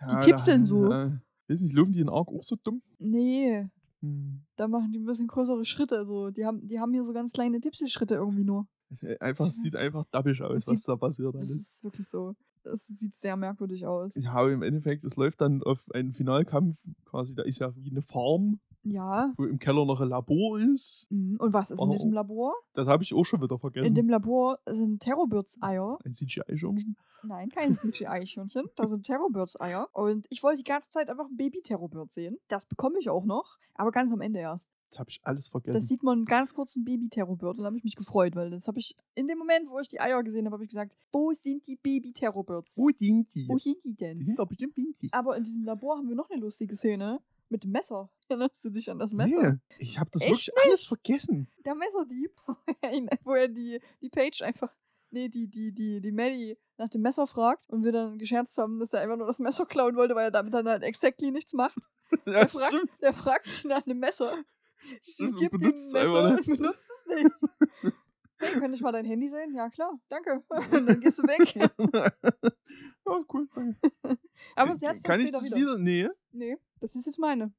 Speaker 2: Ja,
Speaker 1: kippseln
Speaker 2: da-
Speaker 1: so.
Speaker 2: Ja, weiß nicht, laufen die in Arc auch so dumm?
Speaker 1: Nee,
Speaker 2: Hm.
Speaker 1: da machen die ein bisschen größere Schritte. Also die haben, die haben hier so ganz kleine Tippselschritte irgendwie nur.
Speaker 2: Es ist Einfach, es sieht einfach dabbisch aus,
Speaker 1: Das
Speaker 2: was
Speaker 1: sieht-
Speaker 2: da passiert
Speaker 1: Das
Speaker 2: alles.
Speaker 1: ist wirklich so. Das sieht sehr merkwürdig aus.
Speaker 2: Ja, aber im Endeffekt, es läuft dann auf einen Finalkampf quasi, da ist ja wie eine Farm,
Speaker 1: Ja.
Speaker 2: wo im Keller noch ein Labor ist.
Speaker 1: Mhm. Und was ist in
Speaker 2: Oh.
Speaker 1: diesem Labor?
Speaker 2: Das habe ich auch schon wieder vergessen.
Speaker 1: In dem Labor sind Terrorbirds-Eier.
Speaker 2: ein CGI-Schirmchen.
Speaker 1: Nein, kein CGI-Eichhörnchen. Da sind Terrorbirds-Eier. Und ich wollte die ganze Zeit einfach ein Baby-Terrorbird sehen. Das bekomme ich auch noch, aber ganz am Ende erst.
Speaker 2: Das habe ich alles
Speaker 1: Das
Speaker 2: vergessen.
Speaker 1: sieht man ganz kurz ein Baby-Terrorbird und da habe ich mich gefreut, weil das habe ich in dem Moment, wo ich die Eier gesehen habe, habe ich gesagt, wo sind die Baby-Terrorbirds?
Speaker 2: Wo sind die?
Speaker 1: Wo sind die
Speaker 2: Die
Speaker 1: denn?
Speaker 2: sind doch bestimmt winzig.
Speaker 1: Aber in diesem Labor haben wir noch eine lustige Szene mit dem Messer. Erinnerst du dich an das Messer?
Speaker 2: Nee, ich habe
Speaker 1: Echt
Speaker 2: das wirklich alles vergessen.
Speaker 1: Der Messerdieb, wo er ihn- wo er die, die Page einfach, nee, die, die, die, die Maddie nach dem Messer fragt und wir dann gescherzt haben, dass er einfach nur das Messer klauen wollte, weil er damit dann halt exactly nichts macht.
Speaker 2: Ja,
Speaker 1: Der fragt, der fragt sich nach einem Messer.
Speaker 2: Stimmt, und
Speaker 1: gibt ihm ein
Speaker 2: benutzt es
Speaker 1: Messer
Speaker 2: einfach
Speaker 1: und benutzt es nicht. Hey, könnte ich mal dein Handy sehen? Ja, klar, danke. Und dann gehst du weg.
Speaker 2: ja, cool. Danke.
Speaker 1: Aber sie hat es dann
Speaker 2: Kann ich
Speaker 1: später
Speaker 2: das
Speaker 1: wieder.
Speaker 2: wieder? Nee.
Speaker 1: Nee, das ist jetzt meine.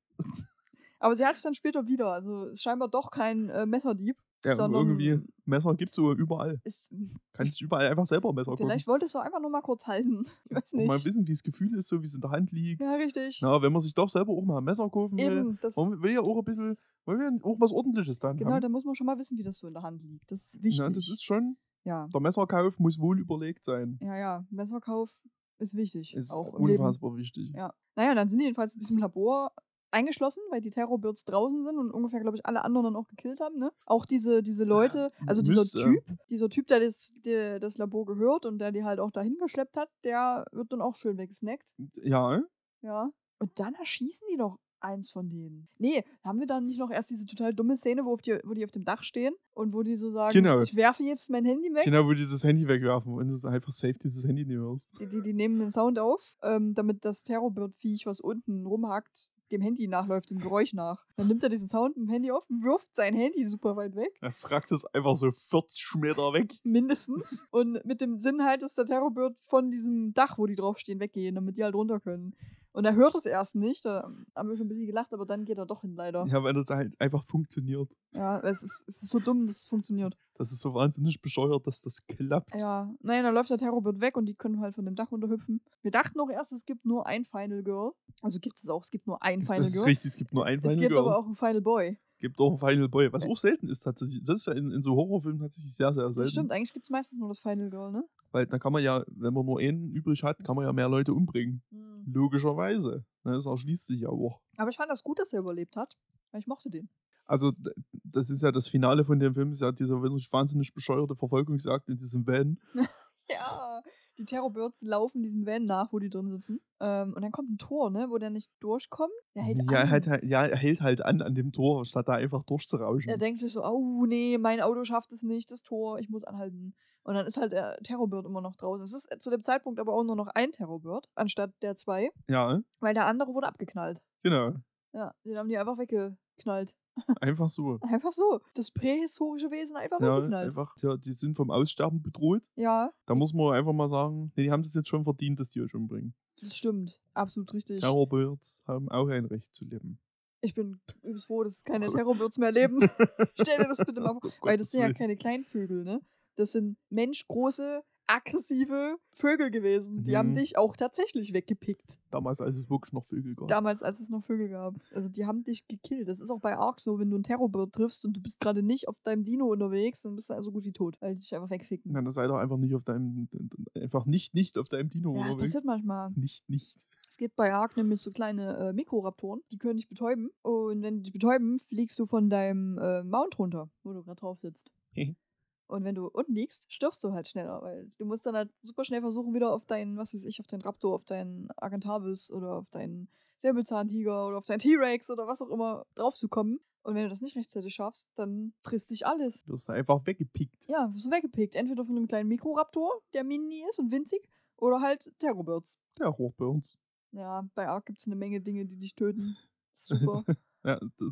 Speaker 1: Aber sie hat es dann später wieder. Also ist scheinbar doch kein äh, Messerdieb.
Speaker 2: Ja,
Speaker 1: Sondern-
Speaker 2: irgendwie Messer gibt es überall.
Speaker 1: Ist,
Speaker 2: Kannst du überall einfach selber Messer gucken.
Speaker 1: vielleicht wollte es doch einfach nur mal kurz halten. Ich weiß
Speaker 2: Und Um mal
Speaker 1: nicht.
Speaker 2: wissen, wie das Gefühl ist, so wie es in der Hand liegt.
Speaker 1: Ja, richtig.
Speaker 2: Na, äh, wenn man sich doch selber auch mal ein Messer kaufen will,
Speaker 1: Eben, das,
Speaker 2: man will ja auch ein bisschen, man will ja auch was Ordentliches dann
Speaker 1: genau,
Speaker 2: haben.
Speaker 1: da muss man schon mal wissen, wie das so in der Hand liegt. Das ist wichtig.
Speaker 2: Ja, das ist schon,
Speaker 1: ja.
Speaker 2: der Messerkauf muss wohl überlegt sein.
Speaker 1: ja, ja, Messerkauf ist wichtig.
Speaker 2: Ist
Speaker 1: auch im Leben.
Speaker 2: unfassbar wichtig.
Speaker 1: Ja. Naja, dann sind die jedenfalls in diesem Labor eingeschlossen, weil die Terrorbirds draußen sind und ungefähr, glaube ich, alle anderen dann auch gekillt haben, ne? Auch diese, diese Leute, also dieser
Speaker 2: müsste.
Speaker 1: Typ, dieser Typ, der das, der das Labor gehört und der die halt auch dahin geschleppt hat, der wird dann auch schön weggesnackt.
Speaker 2: Ja,
Speaker 1: Ja. Und dann erschießen die doch eins von denen. Nee, haben wir dann nicht noch erst diese total dumme Szene, wo, auf die, wo die auf dem Dach stehen und wo die so sagen,
Speaker 2: Genau.
Speaker 1: ich werfe jetzt mein Handy weg.
Speaker 2: Kinder würde dieses Handy wegwerfen und es ist einfach safe, dieses Handy nicht hörst.
Speaker 1: Die, die, die nehmen den Sound auf, ähm, damit das Terrorbird-Viech, was unten rumhackt, dem Handy nachläuft, dem Geräusch nach. Dann nimmt er diesen Sound im Handy auf, wirft sein Handy super weit weg,
Speaker 2: Er fragt es einfach so 40 Meter weg.
Speaker 1: mindestens. Und mit dem Sinn halt, dass der Terrorbird von diesem Dach, wo die draufstehen, weggehen, damit die halt runter können. Und er hört es erst nicht, da haben wir schon ein bisschen gelacht, aber dann geht er doch hin, leider.
Speaker 2: Ja, weil das halt einfach funktioniert.
Speaker 1: Ja, es ist, es ist so dumm, dass es funktioniert.
Speaker 2: Das ist so wahnsinnig bescheuert, dass das klappt.
Speaker 1: Ja, naja, dann läuft der Terrorbird weg und die können halt von dem Dach runterhüpfen. Wir dachten auch erst, es gibt nur ein Final Girl. Also gibt es auch, es gibt nur ein
Speaker 2: Ist-
Speaker 1: Final
Speaker 2: das ist
Speaker 1: Girl.
Speaker 2: richtig, es gibt nur einen
Speaker 1: es
Speaker 2: Final
Speaker 1: gibt
Speaker 2: Girl.
Speaker 1: aber auch einen Final Boy.
Speaker 2: gibt auch einen Final Boy, was
Speaker 1: Ja.
Speaker 2: auch selten ist tatsächlich. Das ist ja in, in so Horrorfilmen tatsächlich sehr, sehr selten.
Speaker 1: Das stimmt, eigentlich gibt es meistens nur das Final Girl, ne?
Speaker 2: Weil da kann man ja, wenn man nur einen übrig hat, kann man ja mehr Leute umbringen. Logischerweise. Ne, Das erschließt sich ja auch.
Speaker 1: Aber ich fand das gut, dass er überlebt hat. Weil ich mochte den.
Speaker 2: Also, d- das ist ja das Finale von dem Film, ist ja dieser wirklich wahnsinnig bescheuerte Verfolgungsjagd in diesem Van.
Speaker 1: Ja, die Terrorbirds laufen diesem Van nach, wo die drin sitzen. Ähm, und dann kommt ein Tor, ne? Wo der nicht durchkommt. Der hält
Speaker 2: ja,
Speaker 1: an.
Speaker 2: er hält halt, ja, er hält halt an an dem Tor, statt da einfach durchzurauschen.
Speaker 1: Er denkt sich so, oh nee, mein Auto schafft es nicht, das Tor, ich muss anhalten. Und dann ist halt der Terrorbird immer noch draußen. Es ist äh, zu dem Zeitpunkt aber auch nur noch ein Terrorbird, anstatt der zwei,
Speaker 2: ja,
Speaker 1: weil der andere wurde abgeknallt.
Speaker 2: genau.
Speaker 1: Ja, den haben die einfach weggeknallt.
Speaker 2: Einfach so.
Speaker 1: Einfach so. Das prähistorische Wesen einfach
Speaker 2: Ja,
Speaker 1: weggeknallt.
Speaker 2: einfach, ja, die sind vom Aussterben bedroht.
Speaker 1: halt. Ja,
Speaker 2: Da muss man einfach mal sagen, nee, die haben es jetzt schon verdient, dass die euch umbringen.
Speaker 1: das stimmt. Absolut richtig.
Speaker 2: Terrorbirds haben auch ein Recht zu leben.
Speaker 1: Ich bin übelst froh, dass keine Terrorbirds mehr leben. Stell dir das bitte mal vor.
Speaker 2: Um
Speaker 1: Weil das
Speaker 2: Gottes
Speaker 1: sind ja
Speaker 2: Willen.
Speaker 1: keine Kleinvögel, ne? Das sind menschgroße, aggressive Vögel gewesen. Die haben
Speaker 2: Mhm.
Speaker 1: dich auch tatsächlich weggepickt.
Speaker 2: Damals, als es wirklich noch Vögel gab.
Speaker 1: Damals, als es noch Vögel gab. Also die haben dich gekillt. Das ist auch bei Ark so, wenn du einen Terrorbird triffst und du bist gerade nicht auf deinem Dino unterwegs, dann bist du also gut wie tot, weil die dich einfach wegficken.
Speaker 2: Na, dann sei doch einfach nicht auf deinem, einfach nicht, nicht auf deinem Dino
Speaker 1: ja, das
Speaker 2: unterwegs.
Speaker 1: passiert manchmal.
Speaker 2: Nicht, nicht.
Speaker 1: Es gibt bei Ark nämlich so kleine äh, Mikroraptoren, die können dich betäuben. Und wenn die dich betäuben, fliegst du von deinem äh, Mount runter, wo du gerade drauf sitzt.
Speaker 2: Hehe.
Speaker 1: Und wenn du unten liegst, stirbst du halt schneller, weil du musst dann halt super schnell versuchen, wieder auf deinen, was weiß ich, auf deinen Raptor, auf deinen Argentavis oder auf deinen Säbelzahntiger oder auf deinen T-Rex oder was auch immer draufzukommen. Und wenn du das nicht rechtzeitig schaffst, dann frisst dich alles.
Speaker 2: Du wirst einfach weggepickt.
Speaker 1: Ja, wirst du weggepickt. Entweder von einem kleinen Mikroraptor, der mini ist und winzig, oder halt Terrorbirds.
Speaker 2: Ja, hoch bei uns.
Speaker 1: Ja, bei Ark gibt es eine Menge Dinge, die dich töten. Super.
Speaker 2: Ja, d-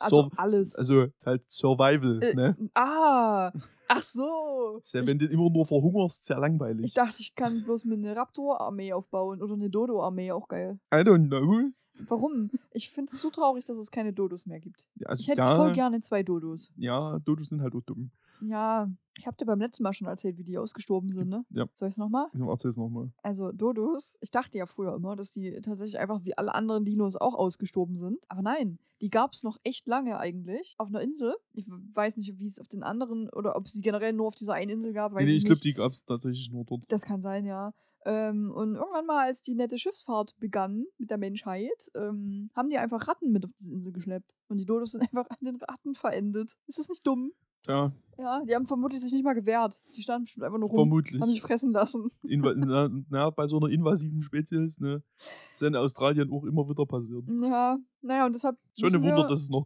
Speaker 1: Also
Speaker 2: Sur-
Speaker 1: alles.
Speaker 2: Also ist halt Survival,
Speaker 1: Äh,
Speaker 2: ne?
Speaker 1: Ah, ach so.
Speaker 2: Ist ja,
Speaker 1: Ich,
Speaker 2: wenn du immer nur verhungerst, ist ja langweilig.
Speaker 1: ich dachte, ich kann bloß mir eine Raptor-Armee aufbauen oder eine Dodo-Armee, auch geil.
Speaker 2: I don't know.
Speaker 1: Warum? Ich finde es so traurig, dass es keine Dodos mehr gibt.
Speaker 2: Ja, Also,
Speaker 1: Ich hätte
Speaker 2: ja,
Speaker 1: voll gerne zwei Dodos.
Speaker 2: Ja, Dodos sind halt auch dumm.
Speaker 1: Ja, ich habe dir beim letzten Mal schon erzählt, wie die ausgestorben sind, ne?
Speaker 2: Ja.
Speaker 1: Soll ich es nochmal?
Speaker 2: Ich erzähl's nochmal.
Speaker 1: Also Dodos, ich dachte ja früher immer, dass die tatsächlich einfach wie alle anderen Dinos auch ausgestorben sind. Aber nein, die gab es noch echt lange eigentlich auf einer Insel. Ich weiß nicht, wie es auf den anderen oder ob es die generell nur auf dieser einen Insel gab. Weiß
Speaker 2: Nee, nee, ich
Speaker 1: ich
Speaker 2: glaube,
Speaker 1: nicht.
Speaker 2: die gab's tatsächlich nur dort.
Speaker 1: Das kann sein, ja. Ähm, und irgendwann mal, als die nette Schiffsfahrt begann mit der Menschheit, ähm, haben die einfach Ratten mit auf diese Insel geschleppt. Und die Dodos sind einfach an den Ratten verendet. Ist das nicht dumm?
Speaker 2: Tja,
Speaker 1: Ja, die haben vermutlich sich nicht mal gewehrt. Die standen bestimmt einfach nur rum.
Speaker 2: vermutlich.
Speaker 1: Haben sich fressen lassen.
Speaker 2: Inva na, na, bei so einer invasiven Spezies, ne? Ist ja in Australien auch immer wieder passiert.
Speaker 1: Ja, naja, und deshalb.
Speaker 2: Schon ein
Speaker 1: müssen
Speaker 2: Wunder,
Speaker 1: wir-
Speaker 2: dass es noch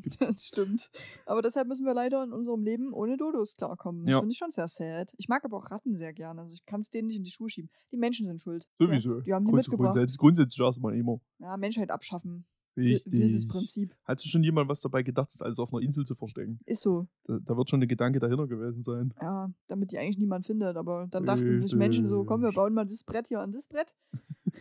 Speaker 2: gibt.
Speaker 1: Das stimmt. Aber deshalb müssen wir leider in unserem Leben ohne Dodos klarkommen. Das
Speaker 2: Ja.
Speaker 1: finde ich schon sehr sad. Ich mag aber auch Ratten sehr gerne. Also ich kann es denen nicht in die Schuhe schieben. Die Menschen sind schuld.
Speaker 2: Sowieso.
Speaker 1: Die haben die
Speaker 2: Grunds-
Speaker 1: mitgebracht.
Speaker 2: Grundsätzlich, grundsätzlich erstmal immer.
Speaker 1: Ja, Menschheit abschaffen. Wi- Wildes
Speaker 2: Richtig.
Speaker 1: Prinzip.
Speaker 2: Hat sich schon jemand was dabei gedacht, das alles auf einer Insel zu verstecken?
Speaker 1: Ist so.
Speaker 2: Da, da wird schon der Gedanke dahinter gewesen sein.
Speaker 1: Ja, damit die eigentlich niemand findet. Aber dann dachten sich Menschen so, komm, wir
Speaker 2: Richtig.
Speaker 1: bauen mal das Brett hier an das Brett.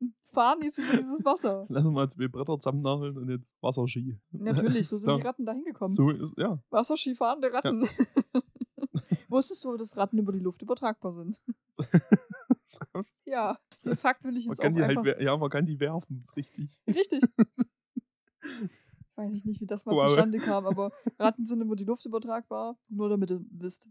Speaker 1: Und fahren jetzt über dieses Wasser.
Speaker 2: Lassen wir zwei Bretter zusammennageln und jetzt Wasserski.
Speaker 1: Natürlich, so sind die
Speaker 2: So.
Speaker 1: Ratten da hingekommen.
Speaker 2: So ist, ja.
Speaker 1: Wasserskifahrende Ratten. Wusstest du, dass Ratten über die Luft übertragbar sind? ja, den Fakt will ich
Speaker 2: Man
Speaker 1: jetzt auch
Speaker 2: kann die halt,
Speaker 1: einfach.
Speaker 2: wer- ja, man kann die werfen, ist richtig.
Speaker 1: Richtig. Weiß ich nicht, wie das mal
Speaker 2: Wow.
Speaker 1: zustande kam, aber Ratten sind über die Luft übertragbar, nur damit ihr wisst.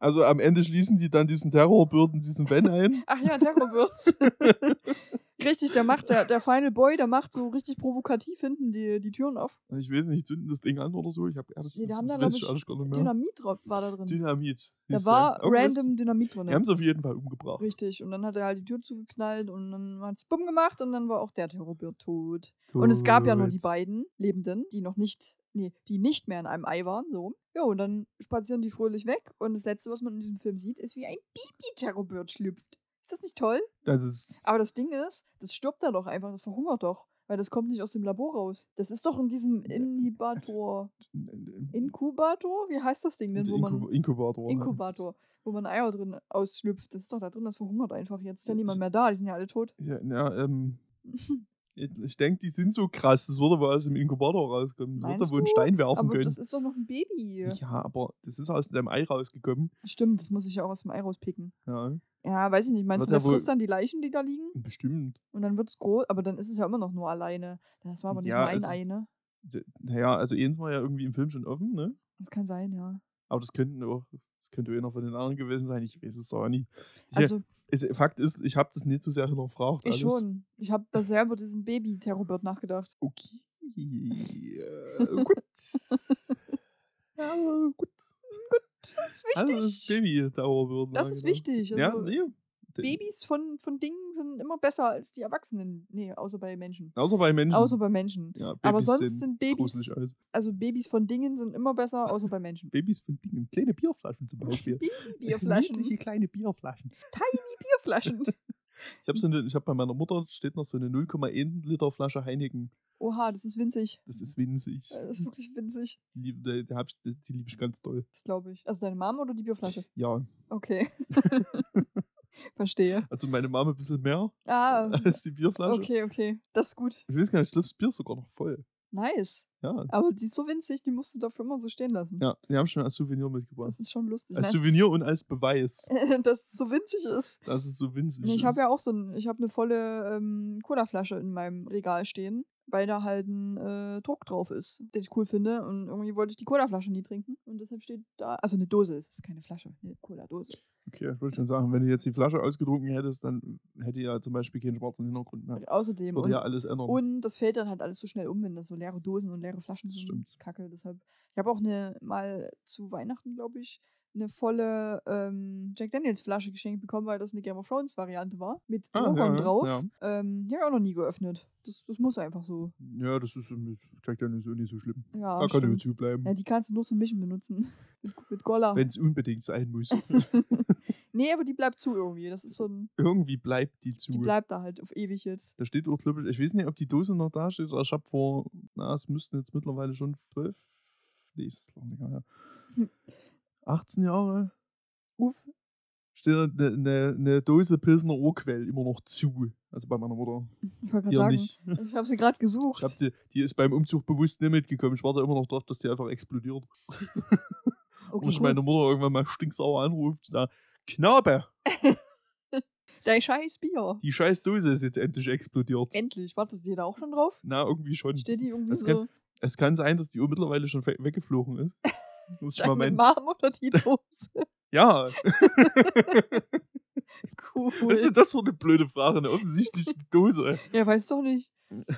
Speaker 2: Also am Ende schließen sie dann diesen Terrorbürden, diesen Van ein.
Speaker 1: Ach ja, Terrorwürz. richtig, der macht, der, der Final Boy, der macht so richtig provokativ hinten die, die Türen auf.
Speaker 2: Also, Ich weiß nicht, zünden das Ding an oder so. Ich habe ehrlich,
Speaker 1: Nee, da
Speaker 2: das
Speaker 1: haben da,
Speaker 2: weiß
Speaker 1: glaub ich,
Speaker 2: ehrlich gar nicht mehr.
Speaker 1: Dynamit drauf war da drin.
Speaker 2: Dynamit.
Speaker 1: da
Speaker 2: siehst du.
Speaker 1: war
Speaker 2: Irgendwas-
Speaker 1: random Dynamit drin.
Speaker 2: Die haben es auf jeden Fall umgebracht.
Speaker 1: Richtig, und dann hat er halt die Tür zugeknallt und dann hat es bumm gemacht und dann war auch der Terrorbird tot. Und es gab ja nur die
Speaker 2: Gut.
Speaker 1: beiden Lebenden, die noch nicht, nee, die nicht mehr in einem Ei waren, so. rum. Ja, und dann spazieren die fröhlich weg und das Letzte, was man in diesem Film sieht, ist, wie ein Baby-Terrorbird schlüpft. Ist das nicht toll?
Speaker 2: Das ist.
Speaker 1: Aber das Ding ist, das stirbt da doch einfach, das verhungert doch, weil das kommt nicht aus dem Labor raus. Das ist doch in diesem Inhibator,
Speaker 2: äh,
Speaker 1: Inkubator, wie heißt das Ding denn, wo man...
Speaker 2: Inkub Inkubator. ne?
Speaker 1: Inkubator, wo man Eier drin ausschlüpft. Das ist doch da drin, das verhungert einfach jetzt. Ist ja niemand mehr da, die sind ja alle tot.
Speaker 2: Ja, na, ähm, ich ich denke, die sind so krass. Das würde wohl aus dem Inkubator rauskommen. Das
Speaker 1: Meinst
Speaker 2: würde wohl einen
Speaker 1: du?
Speaker 2: Stein werfen
Speaker 1: Aber das
Speaker 2: können.
Speaker 1: ist doch noch ein Baby.
Speaker 2: Ja, aber das ist aus deinem Ei rausgekommen.
Speaker 1: Stimmt, das muss ich ja auch aus dem Ei rauspicken.
Speaker 2: Ja,
Speaker 1: Ja, weiß ich nicht. Meinst
Speaker 2: Wird
Speaker 1: du, der
Speaker 2: ja wohl-
Speaker 1: frisst dann die Leichen, die da liegen?
Speaker 2: bestimmt.
Speaker 1: Und dann wird es groß, aber dann ist es ja immer noch nur alleine. Das war aber nicht
Speaker 2: Ja,
Speaker 1: nur ein
Speaker 2: also-
Speaker 1: Ei, ne?
Speaker 2: D- Naja, also eins war ja irgendwie im Film schon offen, ne?
Speaker 1: Das kann sein, ja.
Speaker 2: Aber das könnten auch, das könnte einer von den anderen gewesen sein. Ich weiß es auch nicht. Ja,
Speaker 1: Also,
Speaker 2: Es, Fakt ist, ich habe das nicht so sehr hinterfragt.
Speaker 1: ich
Speaker 2: alles.
Speaker 1: schon. Ich habe da sehr über diesen Baby-Terrorbird nachgedacht.
Speaker 2: Okay. äh, gut. ja, gut.
Speaker 1: Das ist wichtig.
Speaker 2: Also das ist Baby Dauer würden. ne?
Speaker 1: das ist wichtig. Also,
Speaker 2: Ja, nee. D-
Speaker 1: Babys von, von Dingen sind immer besser als die Erwachsenen. Nee, außer bei Menschen.
Speaker 2: Außer bei Menschen.
Speaker 1: Außer bei Menschen.
Speaker 2: ja, Babys
Speaker 1: aber sonst sind Babys-
Speaker 2: gruselig aus.
Speaker 1: also Babys von Dingen sind immer besser, außer bei Menschen.
Speaker 2: Babys von Dingen. Kleine Bierflaschen zum Beispiel.
Speaker 1: Bierflaschen.
Speaker 2: Niedliche kleine Bierflaschen.
Speaker 1: Bierflaschen.
Speaker 2: Ich habe so eine, ich hab bei meiner Mutter steht noch so eine 0,1 Liter Flasche Heineken.
Speaker 1: Oha, das ist winzig.
Speaker 2: Das ist winzig.
Speaker 1: Das ist wirklich winzig,
Speaker 2: Die lieb- die, die, hab ich- die, die liebe ich ganz doll.
Speaker 1: glaube ich. Also deine Mom oder die Bierflasche?
Speaker 2: Ja,
Speaker 1: Okay. Verstehe.
Speaker 2: also meine Mama ein bisschen mehr
Speaker 1: Ah,
Speaker 2: als die Bierflasche.
Speaker 1: okay, okay. Das ist gut.
Speaker 2: Ich weiß gar nicht, ich glaube, das Bier ist sogar noch voll.
Speaker 1: Nice.
Speaker 2: Ja,
Speaker 1: Aber die ist so winzig, die musst du dafür immer so stehen lassen.
Speaker 2: ja die haben schon als Souvenir mitgebracht.
Speaker 1: Das ist schon lustig.
Speaker 2: Als
Speaker 1: Nein,
Speaker 2: Souvenir und als Beweis,
Speaker 1: dass es so winzig ist.
Speaker 2: dass es so winzig
Speaker 1: Nee, ich
Speaker 2: ist.
Speaker 1: habe ja auch so ein, ich habe eine volle ähm, Colaflasche in meinem Regal stehen, weil da halt ein äh, Druck drauf ist, den ich cool finde. Und irgendwie wollte ich die Colaflasche nie trinken. Und deshalb steht da, also eine Dose ist es, keine Flasche, eine Cola-Dose.
Speaker 2: Okay, ich wollte schon sagen, wenn du jetzt die Flasche ausgetrunken hättest, dann hätte ja zum Beispiel keinen schwarzen Hintergrund mehr.
Speaker 1: Und
Speaker 2: Das
Speaker 1: außerdem,
Speaker 2: würde ja
Speaker 1: und,
Speaker 2: alles ändern.
Speaker 1: und das fällt dann halt alles so schnell um, wenn das so leere Dosen und leere Flaschen
Speaker 2: Das
Speaker 1: sind.
Speaker 2: stimmt.
Speaker 1: Das ist Kacke, deshalb. Ich habe auch eine, mal zu Weihnachten, glaube ich, eine volle ähm, Jack Daniels Flasche geschenkt bekommen, weil das eine Game of Thrones Variante war. Mit
Speaker 2: Ah, ja,
Speaker 1: Drogon
Speaker 2: ja,
Speaker 1: drauf.
Speaker 2: ja.
Speaker 1: Ähm, die habe ich auch noch nie geöffnet. Das, das muss einfach so.
Speaker 2: ja, das ist mit Jack Daniels auch nicht so schlimm.
Speaker 1: Ja,
Speaker 2: Da Ah, kann
Speaker 1: stimmt.
Speaker 2: ich zu bleiben.
Speaker 1: Ja, die kannst du nur zum Mischen benutzen. mit, mit Golla.
Speaker 2: Wenn es unbedingt sein muss.
Speaker 1: Nee, aber die bleibt zu irgendwie. Das ist so ein.
Speaker 2: Irgendwie bleibt die zu.
Speaker 1: Die bleibt da halt auf ewig jetzt.
Speaker 2: da steht auch, glaube ich, ich weiß nicht, ob die Dose noch da steht, aber ich habe vor, na, es müssten jetzt mittlerweile schon zwölf, nee, ist noch nicht her.
Speaker 1: Hm.
Speaker 2: 18 Jahre
Speaker 1: Uff.
Speaker 2: steht eine ne, ne Dose Pilsener Urquell immer noch zu. Also bei meiner Mutter.
Speaker 1: Ich wollte gerade
Speaker 2: Hier
Speaker 1: sagen.
Speaker 2: nicht.
Speaker 1: Ich habe sie gerade
Speaker 2: Ich
Speaker 1: gesucht.
Speaker 2: hab die, die ist beim Umzug bewusst nicht mitgekommen. Ich warte immer noch drauf, dass die einfach explodiert.
Speaker 1: okay,
Speaker 2: Und ich
Speaker 1: gut.
Speaker 2: meine Mutter irgendwann mal stinksauer anruft und sagt, Knabe,
Speaker 1: Dein scheiß Bier.
Speaker 2: die scheiß Dose ist jetzt endlich explodiert.
Speaker 1: Endlich. Wartet ihr da auch schon drauf?
Speaker 2: Na, irgendwie schon.
Speaker 1: Steht die irgendwie
Speaker 2: Hm. Das
Speaker 1: so
Speaker 2: Es kann sein, dass die Uhr mittlerweile schon fe- weggeflogen ist. Muss ich mal
Speaker 1: deine
Speaker 2: meinen.
Speaker 1: Mom oder die Dose?
Speaker 2: Ja,
Speaker 1: cool.
Speaker 2: was ist denn das für eine blöde Frage? Eine offensichtliche Dose.
Speaker 1: Ja, weiß doch nicht.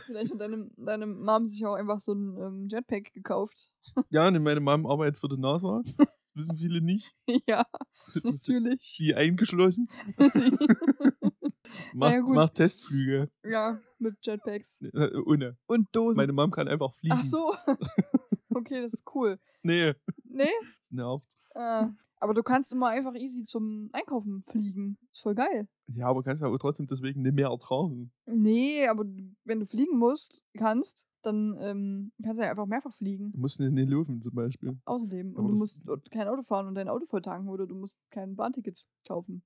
Speaker 1: Vielleicht hat deine, deine Mom sich auch einfach so ein ähm, Jetpack gekauft.
Speaker 2: Ja, ne, meine Mom arbeitet für die NASA. Das wissen viele nicht.
Speaker 1: ja,
Speaker 2: Sie
Speaker 1: natürlich.
Speaker 2: eingeschlossen. Macht,
Speaker 1: ja, gut.
Speaker 2: macht Testflüge.
Speaker 1: ja, mit Jetpacks
Speaker 2: Äh, Ohne.
Speaker 1: und Dosen.
Speaker 2: Meine Mom kann einfach fliegen.
Speaker 1: Also Ach so. okay, das ist cool.
Speaker 2: Nee,
Speaker 1: Nee?
Speaker 2: nervt.
Speaker 1: Ah. Aber du kannst immer einfach easy zum Einkaufen fliegen. Ist voll geil.
Speaker 2: Ja, aber kannst ja auch trotzdem deswegen nicht mehr ertragen.
Speaker 1: Nee, aber du- wenn du fliegen musst, kannst, dann ähm, kannst du ja einfach mehrfach fliegen.
Speaker 2: Du musst in den Löwen zum Beispiel.
Speaker 1: Außerdem.
Speaker 2: Aber
Speaker 1: Und du
Speaker 2: das-
Speaker 1: musst dort kein Auto fahren und dein Auto voll tanken oder du musst kein Bahnticket kaufen.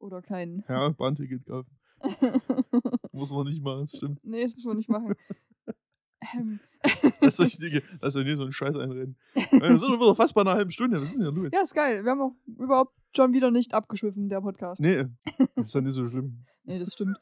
Speaker 1: Oder kein.
Speaker 2: Ja, Bahnticket kaufen. Muss man nicht machen, das stimmt.
Speaker 1: nee, das muss man nicht machen. ähm,
Speaker 2: Lass euch nicht, lass euch nicht so einen Scheiß einreden. Äh, Wir sind schon wieder fast bei einer halben Stunde. Was ist denn hier los?
Speaker 1: ja, ist geil. Wir haben auch überhaupt schon wieder nicht abgeschwiffen, der Podcast.
Speaker 2: Nee, das ist ja nicht so schlimm.
Speaker 1: Nee, das stimmt.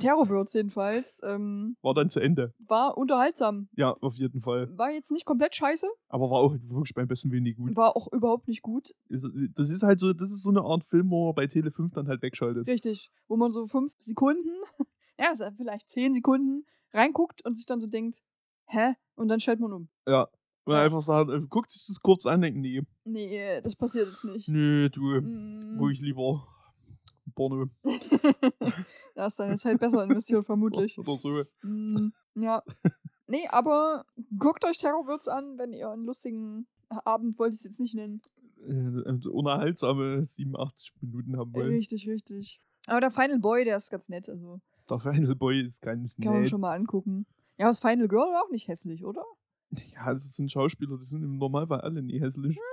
Speaker 1: Terrorbirds jedenfalls. Ähm,
Speaker 2: War dann zu Ende.
Speaker 1: war unterhaltsam.
Speaker 2: Ja, auf jeden Fall.
Speaker 1: War jetzt nicht komplett scheiße,
Speaker 2: Aber war auch wirklich beim besten Willen nicht gut.
Speaker 1: war auch überhaupt nicht gut.
Speaker 2: Ist- Das ist halt so, das ist so eine Art Film, wo man bei Tele 5 dann halt wegschaltet.
Speaker 1: Richtig. Wo man so fünf Sekunden, ja, so vielleicht zehn Sekunden reinguckt und sich dann so denkt, hä? Und dann schaltet man um.
Speaker 2: Und
Speaker 1: Ja.
Speaker 2: einfach sagt, äh, guckt sich das kurz an, denkt, nee,
Speaker 1: Nee, das passiert jetzt nicht.
Speaker 2: nö, du,
Speaker 1: Mm.
Speaker 2: ruhig lieber Porno
Speaker 1: das ist deine Zeit besser investiert, vermutlich.
Speaker 2: oder so. Äh,
Speaker 1: Mm, ja. Nee, aber guckt euch Terrorwürz an, wenn ihr einen lustigen Abend, wollte ich es jetzt nicht nennen.
Speaker 2: Äh, Unerhaltsame 87 Minuten haben wollen.
Speaker 1: Richtig, richtig. Aber der Final Boy, der ist ganz nett, also
Speaker 2: Der Final Boy ist ganz
Speaker 1: kann man
Speaker 2: nett.
Speaker 1: schon mal angucken. Ja, aber das Final Girl war auch nicht hässlich, oder?
Speaker 2: Ja, das sind Schauspieler, die sind im Normalfall alle nie hässlich.
Speaker 1: Ah.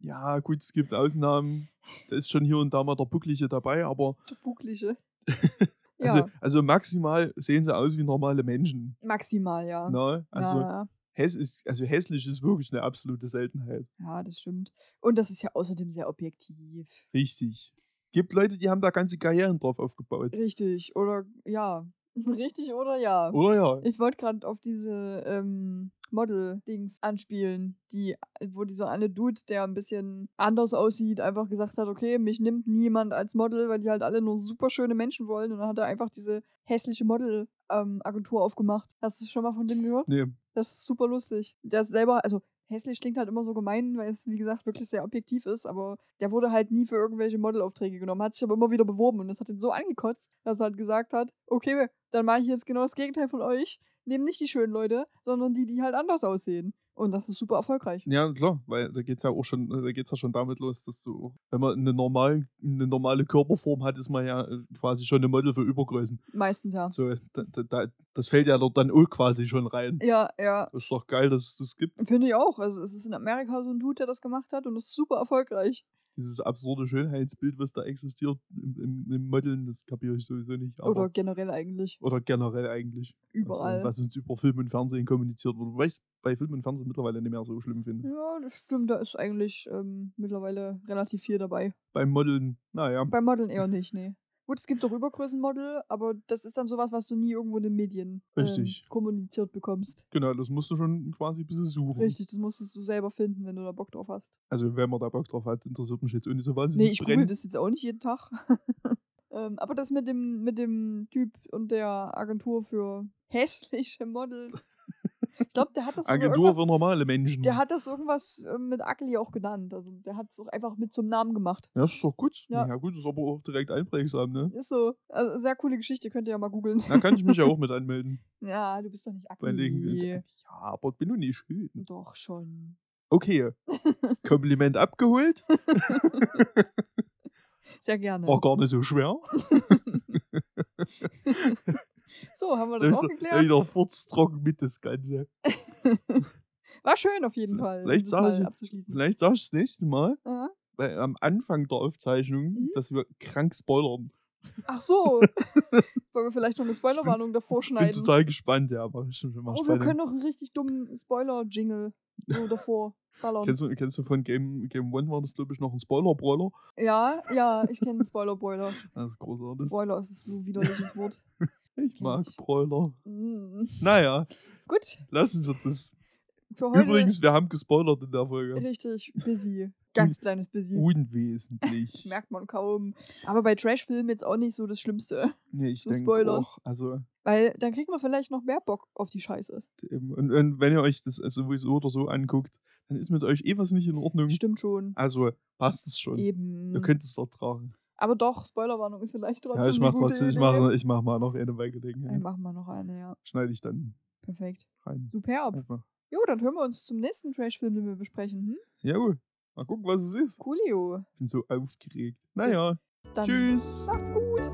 Speaker 2: Ja, gut, es gibt Ausnahmen. Da ist schon hier und da mal der Bucklige dabei, aber
Speaker 1: Der Bugliche. ja,
Speaker 2: also, also maximal sehen sie aus wie normale Menschen.
Speaker 1: maximal, ja.
Speaker 2: Ne? Also,
Speaker 1: ja, ja.
Speaker 2: häss ist, also hässlich ist wirklich eine absolute Seltenheit.
Speaker 1: ja, das stimmt. Und das ist ja außerdem sehr objektiv.
Speaker 2: Richtig. Gibt Leute, die haben da ganze Karrieren drauf aufgebaut.
Speaker 1: Richtig, oder ja. Richtig, oder ja.
Speaker 2: Oder ja?
Speaker 1: Ich wollte gerade auf diese ähm, Model-Dings anspielen, die, wo dieser eine Dude, der ein bisschen anders aussieht, einfach gesagt hat, okay, mich nimmt niemand als Model, weil die halt alle nur super schöne Menschen wollen. Und dann hat er einfach diese hässliche Model-Agentur aufgemacht. Hast du schon mal von dem gehört?
Speaker 2: Nee.
Speaker 1: Das ist super lustig. Der selber, also hässlich klingt halt immer so gemein, weil es, wie gesagt, wirklich sehr objektiv ist, aber der wurde halt nie für irgendwelche Modelaufträge genommen, hat sich aber immer wieder beworben und das hat ihn so angekotzt, dass er halt gesagt hat, okay, dann mache ich jetzt genau das Gegenteil von euch, nehme nicht die schönen Leute, sondern die, die halt anders aussehen. Und das ist super erfolgreich.
Speaker 2: Ja, klar, weil da geht's ja auch schon, da geht's ja schon damit los, dass du, wenn man eine, normal, eine normale Körperform hat, ist man ja äh, quasi schon eine Model für Übergrößen.
Speaker 1: Meistens ja.
Speaker 2: So, da, da, da, das fällt ja dort dann auch quasi schon rein.
Speaker 1: Ja, ja.
Speaker 2: Ist doch geil, dass es das gibt.
Speaker 1: Finde ich auch. Also es ist in Amerika so ein Dude, der das gemacht hat und ist super erfolgreich.
Speaker 2: Dieses absurde Schönheitsbild, was da existiert im, im, im Modeln, das kapiere ich sowieso nicht. Aber,
Speaker 1: Oder generell eigentlich.
Speaker 2: oder generell eigentlich.
Speaker 1: Überall.
Speaker 2: Also, was uns über Film und Fernsehen kommuniziert wurde. Wobei ich bei Film und Fernsehen mittlerweile nicht mehr so schlimm finde.
Speaker 1: Ja, das stimmt, da ist eigentlich ähm, mittlerweile relativ viel dabei.
Speaker 2: Beim Modeln, naja.
Speaker 1: Bei Modeln eher nicht, nee. Gut, es gibt auch Übergrößenmodel, aber das ist dann sowas, was du nie irgendwo in den Medien
Speaker 2: Richtig.
Speaker 1: Ähm, kommuniziert bekommst.
Speaker 2: Genau, das musst du schon quasi ein bisschen suchen.
Speaker 1: Richtig, das musstest du selber finden, wenn du da Bock drauf hast.
Speaker 2: Also, wenn man da Bock drauf hat, interessiert mich jetzt ohne so
Speaker 1: Nee,
Speaker 2: wahnsinnig
Speaker 1: ich google
Speaker 2: brennend.
Speaker 1: das jetzt auch nicht jeden Tag. ähm, aber das mit dem, mit dem Typ und der Agentur für hässliche Models. Ich glaube, der hat das sogar
Speaker 2: Agentur für
Speaker 1: irgendwas,
Speaker 2: normale Menschen.
Speaker 1: der hat das irgendwas ähm, mit Ugly auch genannt. Also der hat es auch einfach mit zum Namen gemacht.
Speaker 2: ja, ist doch gut.
Speaker 1: Ja.
Speaker 2: Ja. gut, ist aber auch direkt einprägsam, ne?
Speaker 1: Ist so. Also sehr coole Geschichte, könnt ihr ja mal googeln.
Speaker 2: Da kann ich mich ja auch mit anmelden.
Speaker 1: Ja, du bist doch nicht
Speaker 2: Bei
Speaker 1: ugly.
Speaker 2: Gelegenheit. Ja, aber ich bin doch nicht schön.
Speaker 1: Doch schon.
Speaker 2: Okay. Kompliment abgeholt.
Speaker 1: Sehr gerne.
Speaker 2: War gar nicht so schwer.
Speaker 1: So, haben wir
Speaker 2: Da
Speaker 1: das
Speaker 2: ist
Speaker 1: auch
Speaker 2: er-
Speaker 1: geklärt.
Speaker 2: wieder furztrocken mit das Ganze.
Speaker 1: War schön auf jeden Fall. um
Speaker 2: Vielleicht
Speaker 1: das
Speaker 2: sag
Speaker 1: mal
Speaker 2: ich-
Speaker 1: abzuschließen.
Speaker 2: Vielleicht sag ich das nächste Mal,
Speaker 1: Aha.
Speaker 2: bei, am Anfang der Aufzeichnung,
Speaker 1: Mhm.
Speaker 2: dass wir krank spoilern.
Speaker 1: Ach so. Wollen wir vielleicht noch eine Spoilerwarnung davor
Speaker 2: Ich bin
Speaker 1: schneiden?
Speaker 2: total gespannt, ja. Mach ich, mach ich
Speaker 1: Oh, wir
Speaker 2: weiter.
Speaker 1: können noch einen richtig dummen Spoiler-Jingle so davor ballern.
Speaker 2: Kennst du, kennst du von Game, Game One war das, glaube ich, noch ein Spoiler-Broiler?
Speaker 1: Ja, ja, ich kenne Spoiler-Boiler.
Speaker 2: Das ist großartig.
Speaker 1: Boiler es ist so widerliches Wort.
Speaker 2: Ich
Speaker 1: kenn
Speaker 2: mag
Speaker 1: ich.
Speaker 2: Broiler.
Speaker 1: Mm.
Speaker 2: Naja,
Speaker 1: Gut,
Speaker 2: lassen wir das.
Speaker 1: Für heute
Speaker 2: Übrigens, wir haben gespoilert in der
Speaker 1: Äh,
Speaker 2: Folge.
Speaker 1: richtig busy. Ganz kleines busy.
Speaker 2: Unwesentlich.
Speaker 1: Merkt man kaum. Aber bei Trash-Filmen jetzt auch nicht so das Schlimmste.
Speaker 2: nee, ich
Speaker 1: zu
Speaker 2: denke
Speaker 1: spoilern.
Speaker 2: auch. Also,
Speaker 1: Weil dann kriegt man vielleicht noch mehr Bock auf die Scheiße.
Speaker 2: eben, und, und wenn ihr euch das äh, sowieso oder so anguckt, dann ist mit euch eh was nicht in Ordnung.
Speaker 1: Stimmt schon.
Speaker 2: Also, passt es schon.
Speaker 1: Eben.
Speaker 2: Ihr könnt es ertragen.
Speaker 1: Aber doch, Spoilerwarnung ist vielleicht trotzdem.
Speaker 2: Ja, ich mach
Speaker 1: eine gute
Speaker 2: trotzdem, ich
Speaker 1: Idee.
Speaker 2: mach, ich mach mal noch eine bei
Speaker 1: Dann
Speaker 2: Gelegenheit.
Speaker 1: machen wir noch eine, ja.
Speaker 2: Schneide ich dann
Speaker 1: Perfekt.
Speaker 2: rein.
Speaker 1: Superb.
Speaker 2: Einfach.
Speaker 1: Jo, dann hören wir uns zum nächsten Trash-Film, den wir besprechen. Hm?
Speaker 2: Jawohl. Mal gucken, was es ist.
Speaker 1: Coolio.
Speaker 2: Ich bin so aufgeregt. Naja,
Speaker 1: Dann
Speaker 2: tschüss.
Speaker 1: macht's gut.